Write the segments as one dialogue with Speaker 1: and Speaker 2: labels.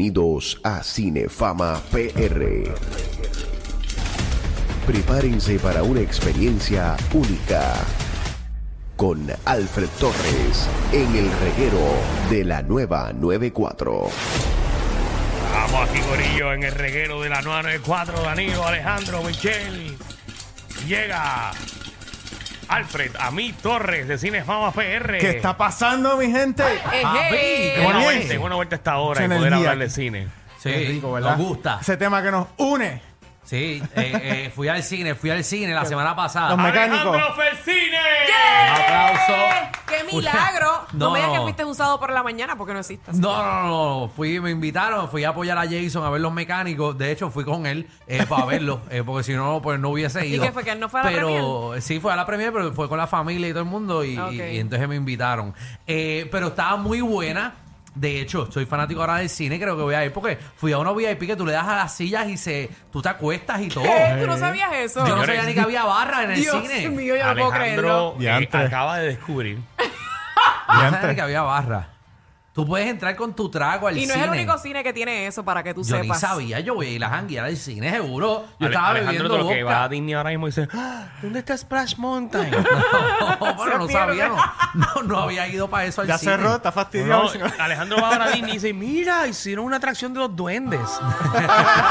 Speaker 1: Bienvenidos a Cinefama PR. Prepárense para una experiencia única con Alfred Torres en el reguero de la nueva 94.
Speaker 2: Vamos aquí, Corillo, en el reguero de la 994, Danilo, Alejandro, Michel. Llega Alfred, a mí Torres, de Cinefama PR.
Speaker 3: ¿Qué está pasando, mi gente?
Speaker 4: Eh,
Speaker 5: Ah,
Speaker 4: Ejé.
Speaker 2: Tengo una
Speaker 3: Oye,
Speaker 2: vuelta, tengo una vuelta a esta hora
Speaker 3: Se
Speaker 2: y
Speaker 3: nos
Speaker 2: poder
Speaker 3: guía.
Speaker 2: hablar de cine.
Speaker 5: Sí,
Speaker 3: Qué rico, ¿verdad?
Speaker 5: nos gusta.
Speaker 3: Ese tema que nos une.
Speaker 5: Sí, eh, eh, fui al cine, fui al cine la semana
Speaker 3: Los
Speaker 5: pasada.
Speaker 3: me- Mecánico.
Speaker 2: ¡Alejandro Fercine!
Speaker 5: Un aplauso.
Speaker 4: ¡Qué
Speaker 5: Usted-
Speaker 4: milagro! No,
Speaker 5: No,
Speaker 4: me digas que
Speaker 5: no.
Speaker 4: fuiste usado por la mañana porque no existas.
Speaker 5: Ah, No, no, no, no, fui, me invitaron, fui a apoyar a Jason a ver los mecánicos. De hecho, fui con él eh, para verlo, eh, porque si no, pues no hubiese
Speaker 4: ¿Y
Speaker 5: ido.
Speaker 4: qué fue, que él no fue a la
Speaker 5: Pero sí, fue a la premier, pero fue con la familia y todo el mundo, y,
Speaker 4: Ok.
Speaker 5: y- y entonces me invitaron. Eh, pero estaba muy buena. De hecho, soy fanático ahora del cine, creo que voy a ir, porque fui a unos VIP que tú le das a las sillas y se, tú te acuestas y todo.
Speaker 4: ¿Qué? ¿Tú no sabías eso?
Speaker 5: Yo no
Speaker 2: Señores.
Speaker 5: sabía ni que había barra en el
Speaker 4: Dios
Speaker 5: cine.
Speaker 4: mío, yo no puedo creerlo.
Speaker 2: Alejandro
Speaker 3: creerlo.
Speaker 2: eh,
Speaker 3: Y antes.
Speaker 2: acaba de descubrir.
Speaker 5: Yo
Speaker 3: Y
Speaker 5: no
Speaker 3: antes.
Speaker 5: sabía que había barra. Tú puedes entrar con tu trago al
Speaker 4: Y no es
Speaker 5: cine.
Speaker 4: el único cine que tiene eso para que tú
Speaker 5: Yo ni
Speaker 4: sepas.
Speaker 5: sabía, yo voy a ir a janguear al cine, seguro. Yo
Speaker 2: Ale-
Speaker 5: estaba
Speaker 2: Alejandro
Speaker 5: bebiendo
Speaker 2: lo que va a
Speaker 5: vodka.
Speaker 2: Disney ahora mismo dice, "Ah, ¿dónde está Splash Mountain?
Speaker 5: No, pero no
Speaker 4: Se
Speaker 5: sabía, no,
Speaker 4: pierde.
Speaker 5: no, no había ido para eso al
Speaker 3: Ya
Speaker 5: cine.
Speaker 3: cerró, está
Speaker 2: No,
Speaker 3: fastidiado.
Speaker 2: Alejandro va ahora a Disney y dice, mira, hicieron una atracción de los duendes.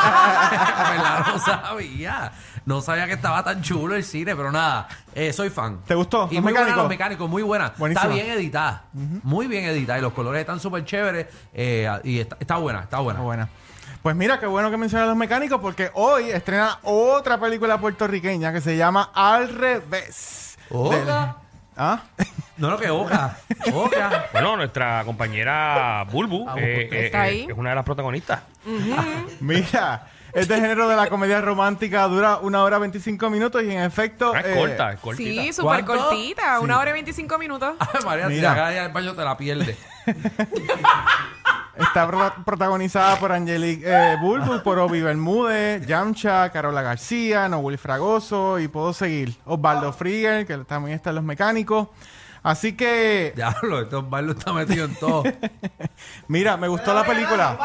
Speaker 5: ¿Verdad? No sabía. No sabía que estaba tan chulo el cine, pero nada, eh, soy fan.
Speaker 3: ¿Te gustó?
Speaker 5: Y
Speaker 3: ¿Los
Speaker 5: muy buena
Speaker 3: mecánicos?
Speaker 5: los mecánicos, muy buena.
Speaker 3: Buenísima.
Speaker 5: Está bien editada, muy bien editada. Y los colores están súper chéveres. eh, y está, está buena, está buena.
Speaker 3: Está buena. Pues mira, qué bueno que mencionas a los mecánicos porque hoy estrena otra película puertorriqueña que se llama Al revés.
Speaker 5: Oca.
Speaker 3: ¿Ah?
Speaker 5: No, no, que oca. Oca.
Speaker 2: Bueno, nuestra compañera Bulbu
Speaker 5: Ah,
Speaker 2: eh,
Speaker 5: Bulbu.
Speaker 2: eh,
Speaker 4: Está
Speaker 2: eh,
Speaker 4: ahí.
Speaker 2: es una de las protagonistas.
Speaker 5: Eh,
Speaker 3: Mira, este género de la comedia romántica dura una hora 25 minutos y en efecto.
Speaker 2: Ah, es
Speaker 3: eh,
Speaker 2: corta, es cortita.
Speaker 4: Sí, súper
Speaker 5: ¿Cuánto? Ah,
Speaker 4: cortita. Una hora y veinticinco minutos.
Speaker 5: Ay, María, si
Speaker 3: Mira.
Speaker 5: la cara ya del baño te la pierde.
Speaker 3: Está pro- protagonizada por Angelique eh, Bulbul, por Obi Bermúdez, Yamcha, Carola García, Noel Fragoso y puedo seguir. Osvaldo Frieger, que también está en Los Mecánicos. Así que,
Speaker 5: Diablo, estos Barlo está metido en todo.
Speaker 3: mira, me gustó la película.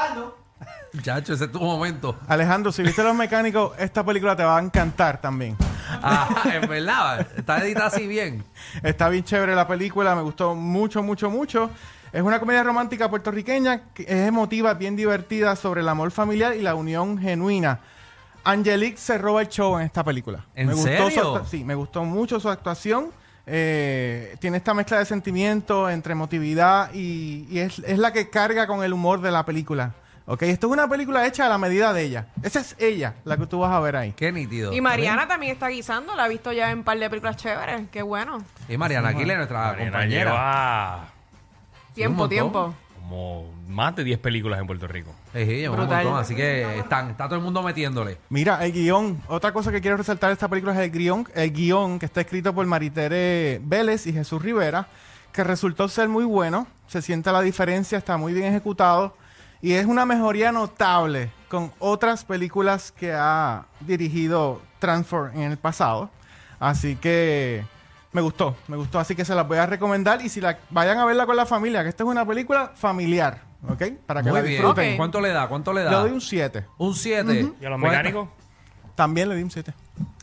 Speaker 5: Chacho, ese es tu momento.
Speaker 3: Alejandro, si viste Los Mecánicos, esta película te va a encantar también.
Speaker 5: Ah, en verdad, está editada así bien.
Speaker 3: Está bien chévere la película, me gustó mucho, mucho, mucho. Es una comedia romántica puertorriqueña que es emotiva, bien divertida sobre el amor familiar y la unión genuina. Angelique se roba el show en esta película.
Speaker 5: ¿En
Speaker 3: me Gustó su
Speaker 5: serio?
Speaker 3: actua- sí, me gustó mucho su actuación. Eh, tiene esta mezcla de sentimientos entre emotividad y, y es, es la que carga con el humor de la película. Ok, esto es una película hecha a la medida de ella. Esa es ella, la que tú vas a ver ahí.
Speaker 5: Qué nítido.
Speaker 4: Y Mariana también está guisando. La he visto ya en un par de películas chéveres. Qué bueno.
Speaker 5: Y Mariana Aquiles, nuestra
Speaker 2: Mariana
Speaker 5: compañera.
Speaker 2: lleva
Speaker 4: Tiempo,
Speaker 5: montón.
Speaker 4: tiempo.
Speaker 2: como más de 10 películas en Puerto Rico.
Speaker 5: Sí, sí, un
Speaker 4: Brutal.
Speaker 5: montón, así que están, está todo el mundo metiéndole.
Speaker 3: Mira, el guión. Otra cosa que quiero resaltar de esta película es el guión, el guión que está escrito por Maritere Vélez y Jesús Rivera, que resultó ser muy bueno. Se siente la diferencia, está muy bien ejecutado y es una mejoría notable con otras películas que ha dirigido Transform en el pasado. Así que me gustó, me gustó. Así que se las voy a recomendar y si la vayan a verla con la familia, que esta es una película familiar, ¿ok? Para que
Speaker 5: Muy
Speaker 3: la
Speaker 5: bien.
Speaker 3: disfruten.
Speaker 4: Ok.
Speaker 5: ¿Cuánto le da? ¿Cuánto le da?
Speaker 3: Le doy un 7.
Speaker 5: Un 7.
Speaker 2: ¿Y a los mecánicos?
Speaker 3: También le di un 7.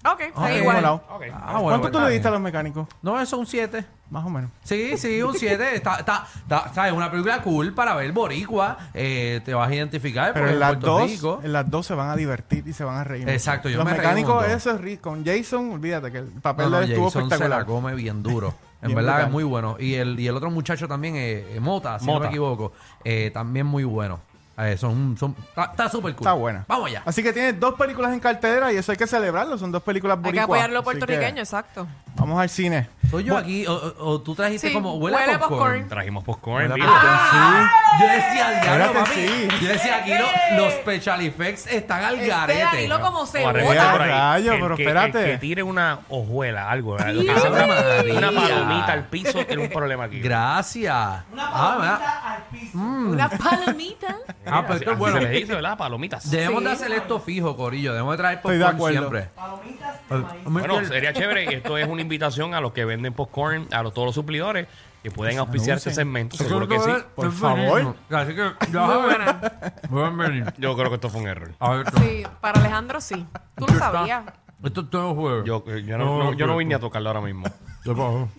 Speaker 4: Ok, está
Speaker 5: Ok.
Speaker 4: igual.
Speaker 3: Como la-
Speaker 2: Ok.
Speaker 5: Ah, bueno,
Speaker 3: ¿Cuánto
Speaker 5: pues
Speaker 3: tú
Speaker 5: está
Speaker 3: le diste a
Speaker 5: bien. Ah,
Speaker 3: los mecánicos?
Speaker 5: No, eso es un 7.
Speaker 3: Más o menos.
Speaker 5: Sí, sí, un 7. está, está, está, está- es una película cool para ver boricua. Eh, te vas a identificar
Speaker 3: Pero
Speaker 5: porque
Speaker 3: en las,
Speaker 5: Puerto
Speaker 3: dos,
Speaker 5: Rico.
Speaker 3: en las dos se van a divertir y se van a reír.
Speaker 5: Exacto, yo
Speaker 3: Los
Speaker 5: me reí un
Speaker 3: mecánicos,
Speaker 5: montón.
Speaker 3: eso es ri- con Jason, olvídate que el
Speaker 5: No,
Speaker 3: papel
Speaker 5: no,
Speaker 3: de él estuvo
Speaker 5: Jason se la
Speaker 3: espectacular.
Speaker 5: come bien duro. En
Speaker 3: Bien
Speaker 5: verdad
Speaker 3: brutal.
Speaker 5: es muy bueno. Y el, y el otro muchacho también, eh, eh, Mota, si no
Speaker 2: Mota.
Speaker 5: me equivoco, eh, también muy bueno. Eh, son, son, está- está súper cool.
Speaker 3: Está buena.
Speaker 5: Vamos allá.
Speaker 3: Así que tienes dos películas en cartelera y eso hay que celebrarlo. Son dos películas
Speaker 4: Hay que
Speaker 3: boricuas.
Speaker 4: apoyar
Speaker 3: así
Speaker 4: lo
Speaker 3: que
Speaker 4: puertorriqueño, exacto.
Speaker 3: Vamos al cine.
Speaker 5: Soy yo aquí, o, o- o tú trajiste
Speaker 4: Sí,
Speaker 5: como huele,
Speaker 4: huele
Speaker 5: a
Speaker 4: a
Speaker 5: popcorn.
Speaker 2: Trajimos popcorn.
Speaker 5: Huele a
Speaker 2: ¿viste?
Speaker 5: popcorn, sí. Yo decía, diablo,
Speaker 3: Espérate,
Speaker 5: papi.
Speaker 3: sí.
Speaker 5: Yo decía, aquí lo- los special effects están al
Speaker 4: Este
Speaker 5: garete.
Speaker 4: Danilo como se
Speaker 2: Como
Speaker 4: bota.
Speaker 2: arreglado por ahí.
Speaker 3: rayo,
Speaker 2: El
Speaker 3: pero
Speaker 2: que-
Speaker 3: espérate.
Speaker 2: el que tire una hojuela, algo. ¿verdad? Lo que
Speaker 5: Sí.
Speaker 2: sea, una,
Speaker 5: María.
Speaker 2: una palomita al piso tiene un problema aquí.
Speaker 5: Gracias. Una palomita al piso.
Speaker 4: Una palomita.
Speaker 5: Ah, pero esto es
Speaker 2: Así
Speaker 5: bueno.
Speaker 2: Se le dice, ¿verdad? Palomitas.
Speaker 5: Debemos
Speaker 4: Sí.
Speaker 5: de hacer esto fijo, Corillo. Debemos de traer
Speaker 3: Estoy de
Speaker 5: popcorn
Speaker 3: acuerdo.
Speaker 5: siempre. Palomitas
Speaker 2: Bueno, sería chévere. Y esto es una invitación a los que venden popcorn, a los, todos los suplidores, que pueden auspiciar este segmento. Seguro que sí.
Speaker 3: Por favor.
Speaker 5: Así que, ya
Speaker 4: Muy
Speaker 5: saben.
Speaker 4: buena.
Speaker 5: Pueden venir.
Speaker 2: Yo creo que esto fue un error.
Speaker 5: A ver, esto-
Speaker 4: Sí, para Alejandro sí. Tú lo
Speaker 5: está-
Speaker 4: sabías.
Speaker 5: Esto es todo juego.
Speaker 2: Yo, eh, yo no, no- yo no vine a tocarlo ahora mismo.
Speaker 5: Yo bajo.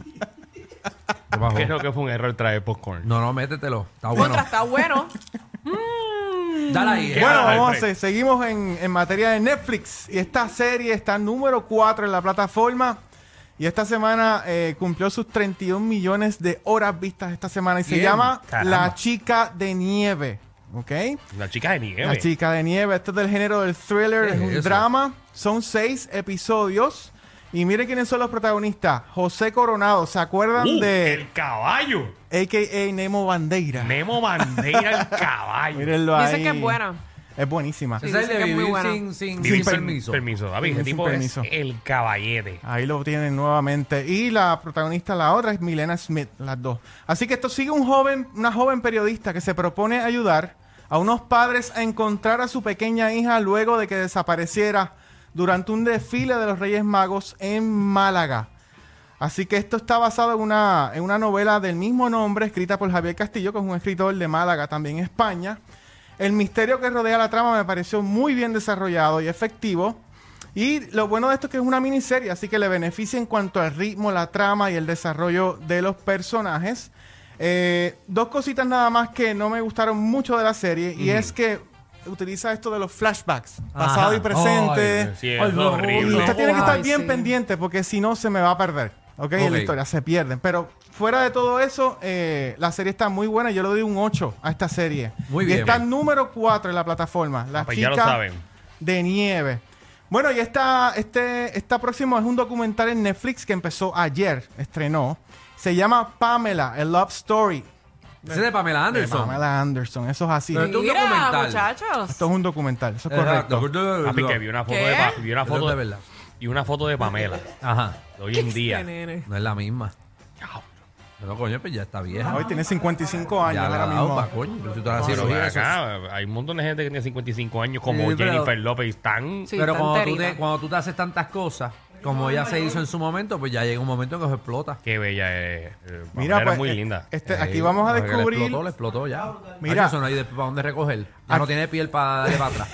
Speaker 5: Yo bajo.
Speaker 2: Creo que fue un error traer popcorn.
Speaker 5: No, no, métetelo. Está bueno.
Speaker 4: Contra, está bueno.
Speaker 5: Dale ahí.
Speaker 2: ¿Qué?
Speaker 3: Bueno,
Speaker 2: Alfred.
Speaker 3: vamos a hacer- seguimos en, en materia de Netflix. Y esta serie está número 4 en la plataforma. Y esta semana eh, cumplió sus 31 millones de horas vistas esta semana. Y se
Speaker 5: Bien,
Speaker 3: llama
Speaker 2: caramba.
Speaker 3: La Chica de Nieve. ¿Ok?
Speaker 2: La chica de nieve.
Speaker 3: La Chica de Nieve. Esto es del género del thriller. Es
Speaker 5: ¿Qué es
Speaker 3: un
Speaker 5: eso?
Speaker 3: drama. Son seis episodios. Y miren quiénes son los protagonistas. José Coronado. ¿Se acuerdan
Speaker 2: Uh,
Speaker 3: de
Speaker 2: El caballo.
Speaker 3: a.k.a. Nemo Bandeira?
Speaker 2: Nemo Bandeira el caballo.
Speaker 3: Mírenlo ahí.
Speaker 4: Dicen que es buena.
Speaker 3: Es buenísima.
Speaker 5: Ese es el
Speaker 4: dicen
Speaker 5: de
Speaker 4: que es muy
Speaker 5: vivir
Speaker 4: buena.
Speaker 5: sin, sin,
Speaker 2: Vivir
Speaker 5: sin permiso.
Speaker 2: Permiso, David.
Speaker 3: Vivir
Speaker 2: Ese
Speaker 3: sin
Speaker 2: tipo
Speaker 3: permiso. Ah,
Speaker 2: es el caballete.
Speaker 3: Ahí lo tienen nuevamente. Y la protagonista, la otra, es Milena Smith, las dos. Así que esto sigue un joven, una joven periodista que se propone ayudar a unos padres a encontrar a su pequeña hija luego de que desapareciera durante un desfile de los Reyes Magos en Málaga. Así que esto está basado en una, en una novela del mismo nombre escrita por Javier Castillo, que es un escritor de Málaga, también España. El misterio que rodea la trama me pareció muy bien desarrollado y efectivo. Y lo bueno de esto es que es una miniserie, así que le beneficia en cuanto al ritmo, la trama y el desarrollo de los personajes. Eh, dos cositas nada más que no me gustaron mucho de la serie, y es que utiliza esto de los flashbacks, pasado
Speaker 5: Ajá.
Speaker 3: y presente.
Speaker 5: Ay,
Speaker 2: Sí, es
Speaker 5: Ay, no,
Speaker 3: Y
Speaker 2: horrible.
Speaker 3: usted tiene que estar
Speaker 4: Ay,
Speaker 3: bien
Speaker 4: sí.
Speaker 3: pendiente porque si no se me va a perder. ¿Ok? En
Speaker 5: Ok.
Speaker 3: la historia se pierden. Pero fuera de todo eso, eh, la serie está muy buena. Yo le doy un 8 a esta serie.
Speaker 5: Muy
Speaker 3: Y
Speaker 5: bien.
Speaker 3: está número 4 en la plataforma. La
Speaker 2: Pues ya
Speaker 3: chica
Speaker 2: lo saben.
Speaker 3: de nieve. Bueno, y esta, este, esta próximo es un documental en Netflix que empezó ayer, estrenó. Se llama Pamela, A Love Story.
Speaker 5: Ese es de Pamela Anderson.
Speaker 3: Pamela Anderson, eso es así.
Speaker 5: Pero
Speaker 3: Esto
Speaker 5: tú- un
Speaker 4: Mira,
Speaker 5: documental.
Speaker 4: muchachos.
Speaker 3: es un documental, eso es
Speaker 5: Exacto.
Speaker 3: correcto.
Speaker 2: Papi, que vi una foto
Speaker 4: ¿Qué?
Speaker 2: de pa- vi una
Speaker 5: Eso es
Speaker 2: foto
Speaker 5: de
Speaker 2: de
Speaker 5: verdad.
Speaker 2: Y una foto de Pamela.
Speaker 5: Ajá.
Speaker 2: de hoy en día.
Speaker 4: Este nene.
Speaker 5: No es la misma. Pero coño, pues ya está vieja.
Speaker 3: Hoy tiene 55 años
Speaker 5: ya la
Speaker 3: ahora
Speaker 5: ha
Speaker 3: mismo.
Speaker 5: dado pa' coño. Pero si tú haces
Speaker 2: Pero
Speaker 5: cirugía, eso es-
Speaker 2: acá, hay un montón de gente que tiene 55 años, como
Speaker 5: Sí, pero-
Speaker 2: Jennifer López, tan.
Speaker 4: Sí,
Speaker 5: Pero
Speaker 4: está
Speaker 5: cuando tú,
Speaker 4: enterita.
Speaker 5: te, cuando tú te haces tantas cosas, como ella se hizo en su momento, pues ya llega un momento en que se explota.
Speaker 2: Qué bella es. eh,
Speaker 3: Mira,
Speaker 2: Pamela es
Speaker 3: pues,
Speaker 2: muy
Speaker 3: eh,
Speaker 2: linda.
Speaker 3: Este,
Speaker 5: Eh,
Speaker 3: aquí vamos a
Speaker 5: porque Le
Speaker 3: descubrir.
Speaker 5: explotó, le explotó ya.
Speaker 3: Mira.
Speaker 5: Mira. Eso no hay para dónde recoger. Ya no
Speaker 3: Aquí-
Speaker 5: tiene piel para darle para atrás.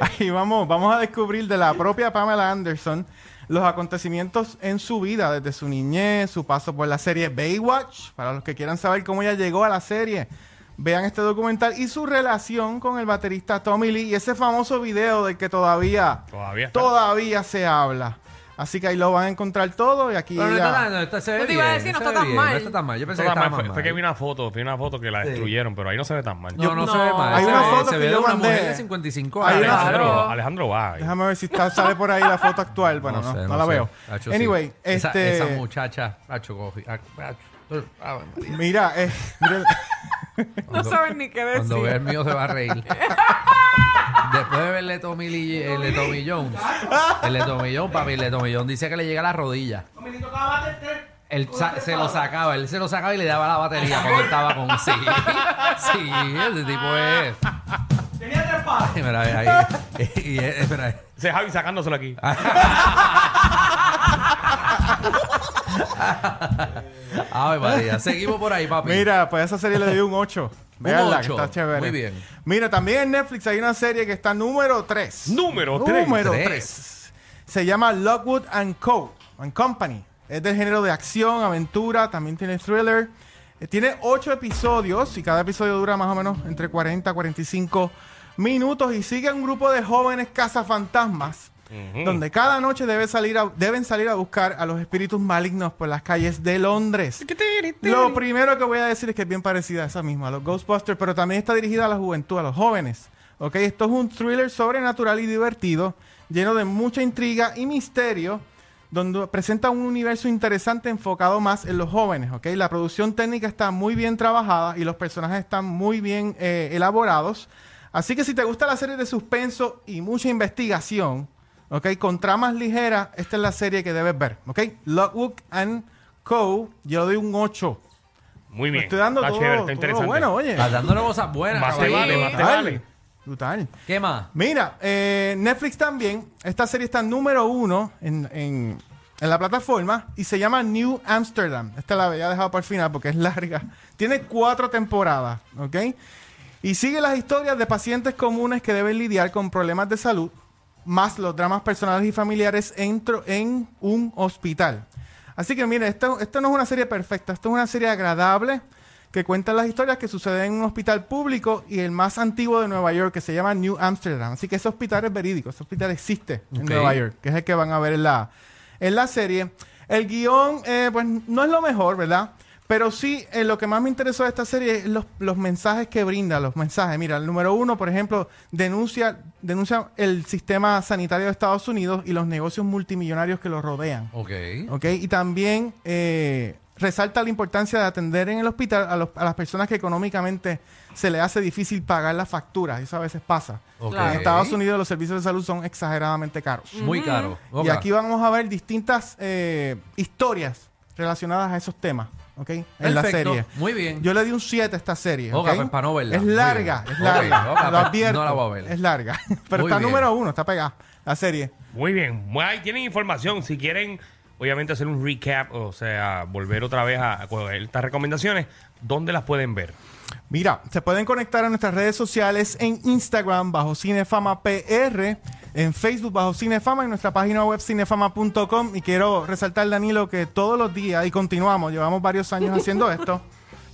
Speaker 3: Ahí vamos, vamos a descubrir de la propia Pamela Anderson los acontecimientos en su vida, desde su niñez, su paso por la serie Baywatch. Para los que quieran saber cómo ella llegó a la serie, vean este documental y su relación con el baterista Tommy Lee y ese famoso video del que todavía,
Speaker 2: Todavía está.
Speaker 3: todavía se habla. Así que ahí lo van a encontrar todo y aquí
Speaker 5: Pero no
Speaker 3: ella-
Speaker 5: está tan, no está, se ve
Speaker 4: Yo te iba a
Speaker 5: bien,
Speaker 4: decir, no
Speaker 5: se
Speaker 4: está
Speaker 5: ve
Speaker 4: tan
Speaker 5: bien,
Speaker 4: mal.
Speaker 5: No está tan mal. Yo pensé
Speaker 2: Toda
Speaker 5: que
Speaker 2: mal-
Speaker 5: estaba
Speaker 2: fue,
Speaker 5: más
Speaker 2: fue que vi una foto, vi una foto que la
Speaker 5: Sí.
Speaker 2: destruyeron, pero ahí no se ve tan mal.
Speaker 5: No, no, se ve
Speaker 4: No.
Speaker 5: mal.
Speaker 3: Hay
Speaker 5: se
Speaker 3: una
Speaker 5: ve-
Speaker 3: foto
Speaker 5: se
Speaker 3: que
Speaker 5: ve
Speaker 3: yo
Speaker 5: una
Speaker 3: mandé.
Speaker 5: mujer de 55
Speaker 3: Hay
Speaker 5: años.
Speaker 3: una
Speaker 5: Alejandro.
Speaker 2: Alejandro,
Speaker 4: Claro.
Speaker 2: Alejandro va. eh.
Speaker 3: Déjame ver si está- sale por ahí la foto actual. Bueno, no, no,
Speaker 5: sé,
Speaker 3: la
Speaker 5: sé.
Speaker 3: veo.
Speaker 5: Hacho, sí.
Speaker 3: Anyway,
Speaker 5: Esa-
Speaker 3: este...
Speaker 5: Esa, muchacha, Hacho, coge- ah, ah, ah, María.
Speaker 3: Mira, eh, mira-
Speaker 4: No saben ni qué
Speaker 5: Cuando vea el
Speaker 4: decir.
Speaker 5: mío se va a reír. Después de verle Tommy Lee- el de Tommy Jones. El de Tommy Jones, papi, el de Tommy Jones dice que le llega a la rodilla. Él sa- se lo sacaba, él se lo sacaba y le daba la batería cuando estaba con sí. Sí, ese tipo es. Tenía tres ahí. Y, eh, mira, ahí.
Speaker 2: Ese es Javi sacándoselo aquí.
Speaker 3: Ah,
Speaker 5: Ay, María. Seguimos por ahí, papi.
Speaker 3: mira, pues a esa serie le doy un 8. Veanla, que
Speaker 5: ocho.
Speaker 3: está chévere.
Speaker 5: Muy bien.
Speaker 3: Mira, también en Netflix hay una serie que está número 3.
Speaker 2: Número 3.
Speaker 3: número
Speaker 5: Tres.
Speaker 3: 3. Se llama Lockwood and Co. and Company. Es del género de acción, aventura, también tiene thriller. Eh, Tiene 8 episodios y cada episodio dura más o menos entre 40 a 45 minutos y sigue a un grupo de jóvenes cazafantasmas donde cada noche debe salir a- deben salir a buscar a los espíritus malignos por las calles de Londres. Lo primero que voy a decir es que es bien parecida a esa misma, a los Ghostbusters, pero también está dirigida a la juventud, a los jóvenes. Ok, esto es un thriller sobrenatural y divertido, lleno de mucha intriga y misterio, donde presenta un universo interesante enfocado más en los jóvenes. Ok, la producción técnica está muy bien trabajada y los personajes están muy bien eh, elaborados. Así que si te gusta la serie de suspenso y mucha investigación, ok, con tramas ligeras, esta es la serie que debes ver. Ok, Lockwood and Co. Yo le doy un 8.
Speaker 2: Muy bien.
Speaker 3: pues Estoy dando
Speaker 2: está
Speaker 3: todo,
Speaker 2: chévere,
Speaker 3: todo
Speaker 2: está interesante.
Speaker 3: bueno, oye.
Speaker 5: Estás dándole cosas buenas,
Speaker 2: Más te vale,
Speaker 5: caballero.
Speaker 2: más te
Speaker 3: Brutal,
Speaker 2: vale.
Speaker 3: Brutal.
Speaker 5: ¿Qué más?
Speaker 3: Mira, eh, Netflix también, esta serie está número uno en, en- en la plataforma y se llama New Amsterdam. Esta la había dejado para el final porque es larga. Tiene cuatro temporadas, ¿ok? Y sigue las historias de pacientes comunes que deben lidiar con problemas de salud, más los dramas personales y familiares entro en un hospital. Así que mire, esto, esto no es una serie perfecta, esto es una serie agradable que cuenta las historias que suceden en un hospital público y el más antiguo de Nueva York, que se llama New Amsterdam. Así que ese hospital es verídico, ese hospital existe en
Speaker 5: Ok.
Speaker 3: Nueva York, que es el que van a ver en la, en la serie. El guión, eh, pues no es lo mejor, ¿verdad? Pero sí, eh, lo que más me interesó de esta serie es los, los mensajes que brinda, los mensajes. Mira, el número uno, por ejemplo, denuncia, denuncia el sistema sanitario de Estados Unidos y los negocios multimillonarios que lo rodean.
Speaker 5: Ok.
Speaker 3: ¿ok? Y también eh, resalta la importancia de atender en el hospital a, los- a las personas que económicamente se le hace difícil pagar las facturas. Eso a veces pasa.
Speaker 5: ok.
Speaker 4: Claro.
Speaker 3: En Estados Unidos los servicios de salud son exageradamente caros.
Speaker 5: Muy caro. Ok.
Speaker 3: Y aquí vamos a ver distintas eh, historias relacionadas a esos temas, ¿ok? En la
Speaker 5: Perfecto.
Speaker 3: serie.
Speaker 5: Muy bien.
Speaker 3: Yo le di un 7 a esta serie.
Speaker 5: Ok,
Speaker 3: ¿ok?
Speaker 5: pues, para no verla.
Speaker 3: Es
Speaker 5: Muy
Speaker 3: larga,
Speaker 5: bien.
Speaker 3: es larga.
Speaker 5: Ok, ok,
Speaker 3: Lo
Speaker 5: pues,
Speaker 3: advierto.
Speaker 5: no la voy a ver.
Speaker 3: Es larga. Pero
Speaker 5: Muy
Speaker 3: está
Speaker 5: bien.
Speaker 3: número uno, está pegada la serie.
Speaker 2: Muy bien. Ahí tienen información. Si quieren, obviamente, hacer un recap, o sea, volver otra vez a coger estas recomendaciones, ¿dónde las pueden ver?
Speaker 3: Mira, se pueden conectar a nuestras redes sociales en Instagram bajo Cinefama PR, en Facebook bajo Cinefama, en nuestra página web cinefama.com. Y quiero resaltar, Danilo, que todos los días, y continuamos, llevamos varios años haciendo esto,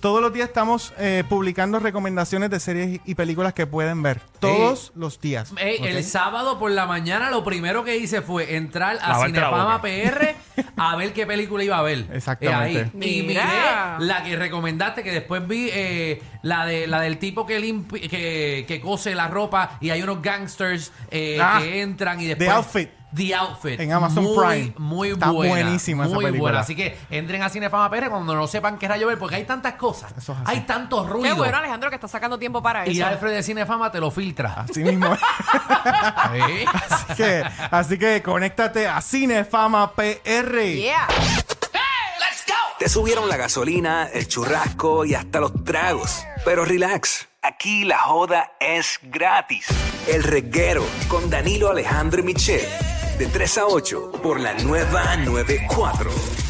Speaker 3: todos los días estamos eh, publicando recomendaciones de series y películas que pueden ver. Todos los días.
Speaker 5: Ey,
Speaker 3: ¿ok?
Speaker 5: Eh, El sábado por la mañana lo primero que hice fue entrar a
Speaker 2: Lavarte la
Speaker 5: Cinefama
Speaker 2: boca.
Speaker 5: PR a ver qué película iba a ver.
Speaker 3: Exactamente.
Speaker 5: Eh, ahí. Y miré
Speaker 4: Mira.
Speaker 5: la que recomendaste, que después vi eh, la de la del tipo que limpi- que, que cose la ropa y hay unos gangsters eh,
Speaker 3: Ah,
Speaker 5: que entran y
Speaker 3: The
Speaker 5: después...
Speaker 3: Outfit.
Speaker 5: The Outfit.
Speaker 3: En Amazon
Speaker 5: muy,
Speaker 3: Prime.
Speaker 5: Muy
Speaker 3: Está
Speaker 5: buena.
Speaker 3: buenísima esa
Speaker 5: Muy
Speaker 3: película.
Speaker 5: buena. Así que entren a Cinefama PR cuando no sepan qué rayo ver, porque hay tantas cosas.
Speaker 3: Eso es así.
Speaker 5: hay tantos ruidos.
Speaker 4: Qué bueno, Alejandro, que está sacando tiempo para
Speaker 5: y
Speaker 4: eso.
Speaker 5: Alfred de Cinefama te lo filtra.
Speaker 3: Así mismo.
Speaker 5: Sí.
Speaker 3: así, que, así que conéctate a Cinefama PR.
Speaker 4: Yeah.
Speaker 6: Te subieron la gasolina, el churrasco y hasta los tragos. Pero relax, aquí la joda es gratis. El reguero con Danilo Alejandro y Michel. De 3 a 8 por la nueva 94.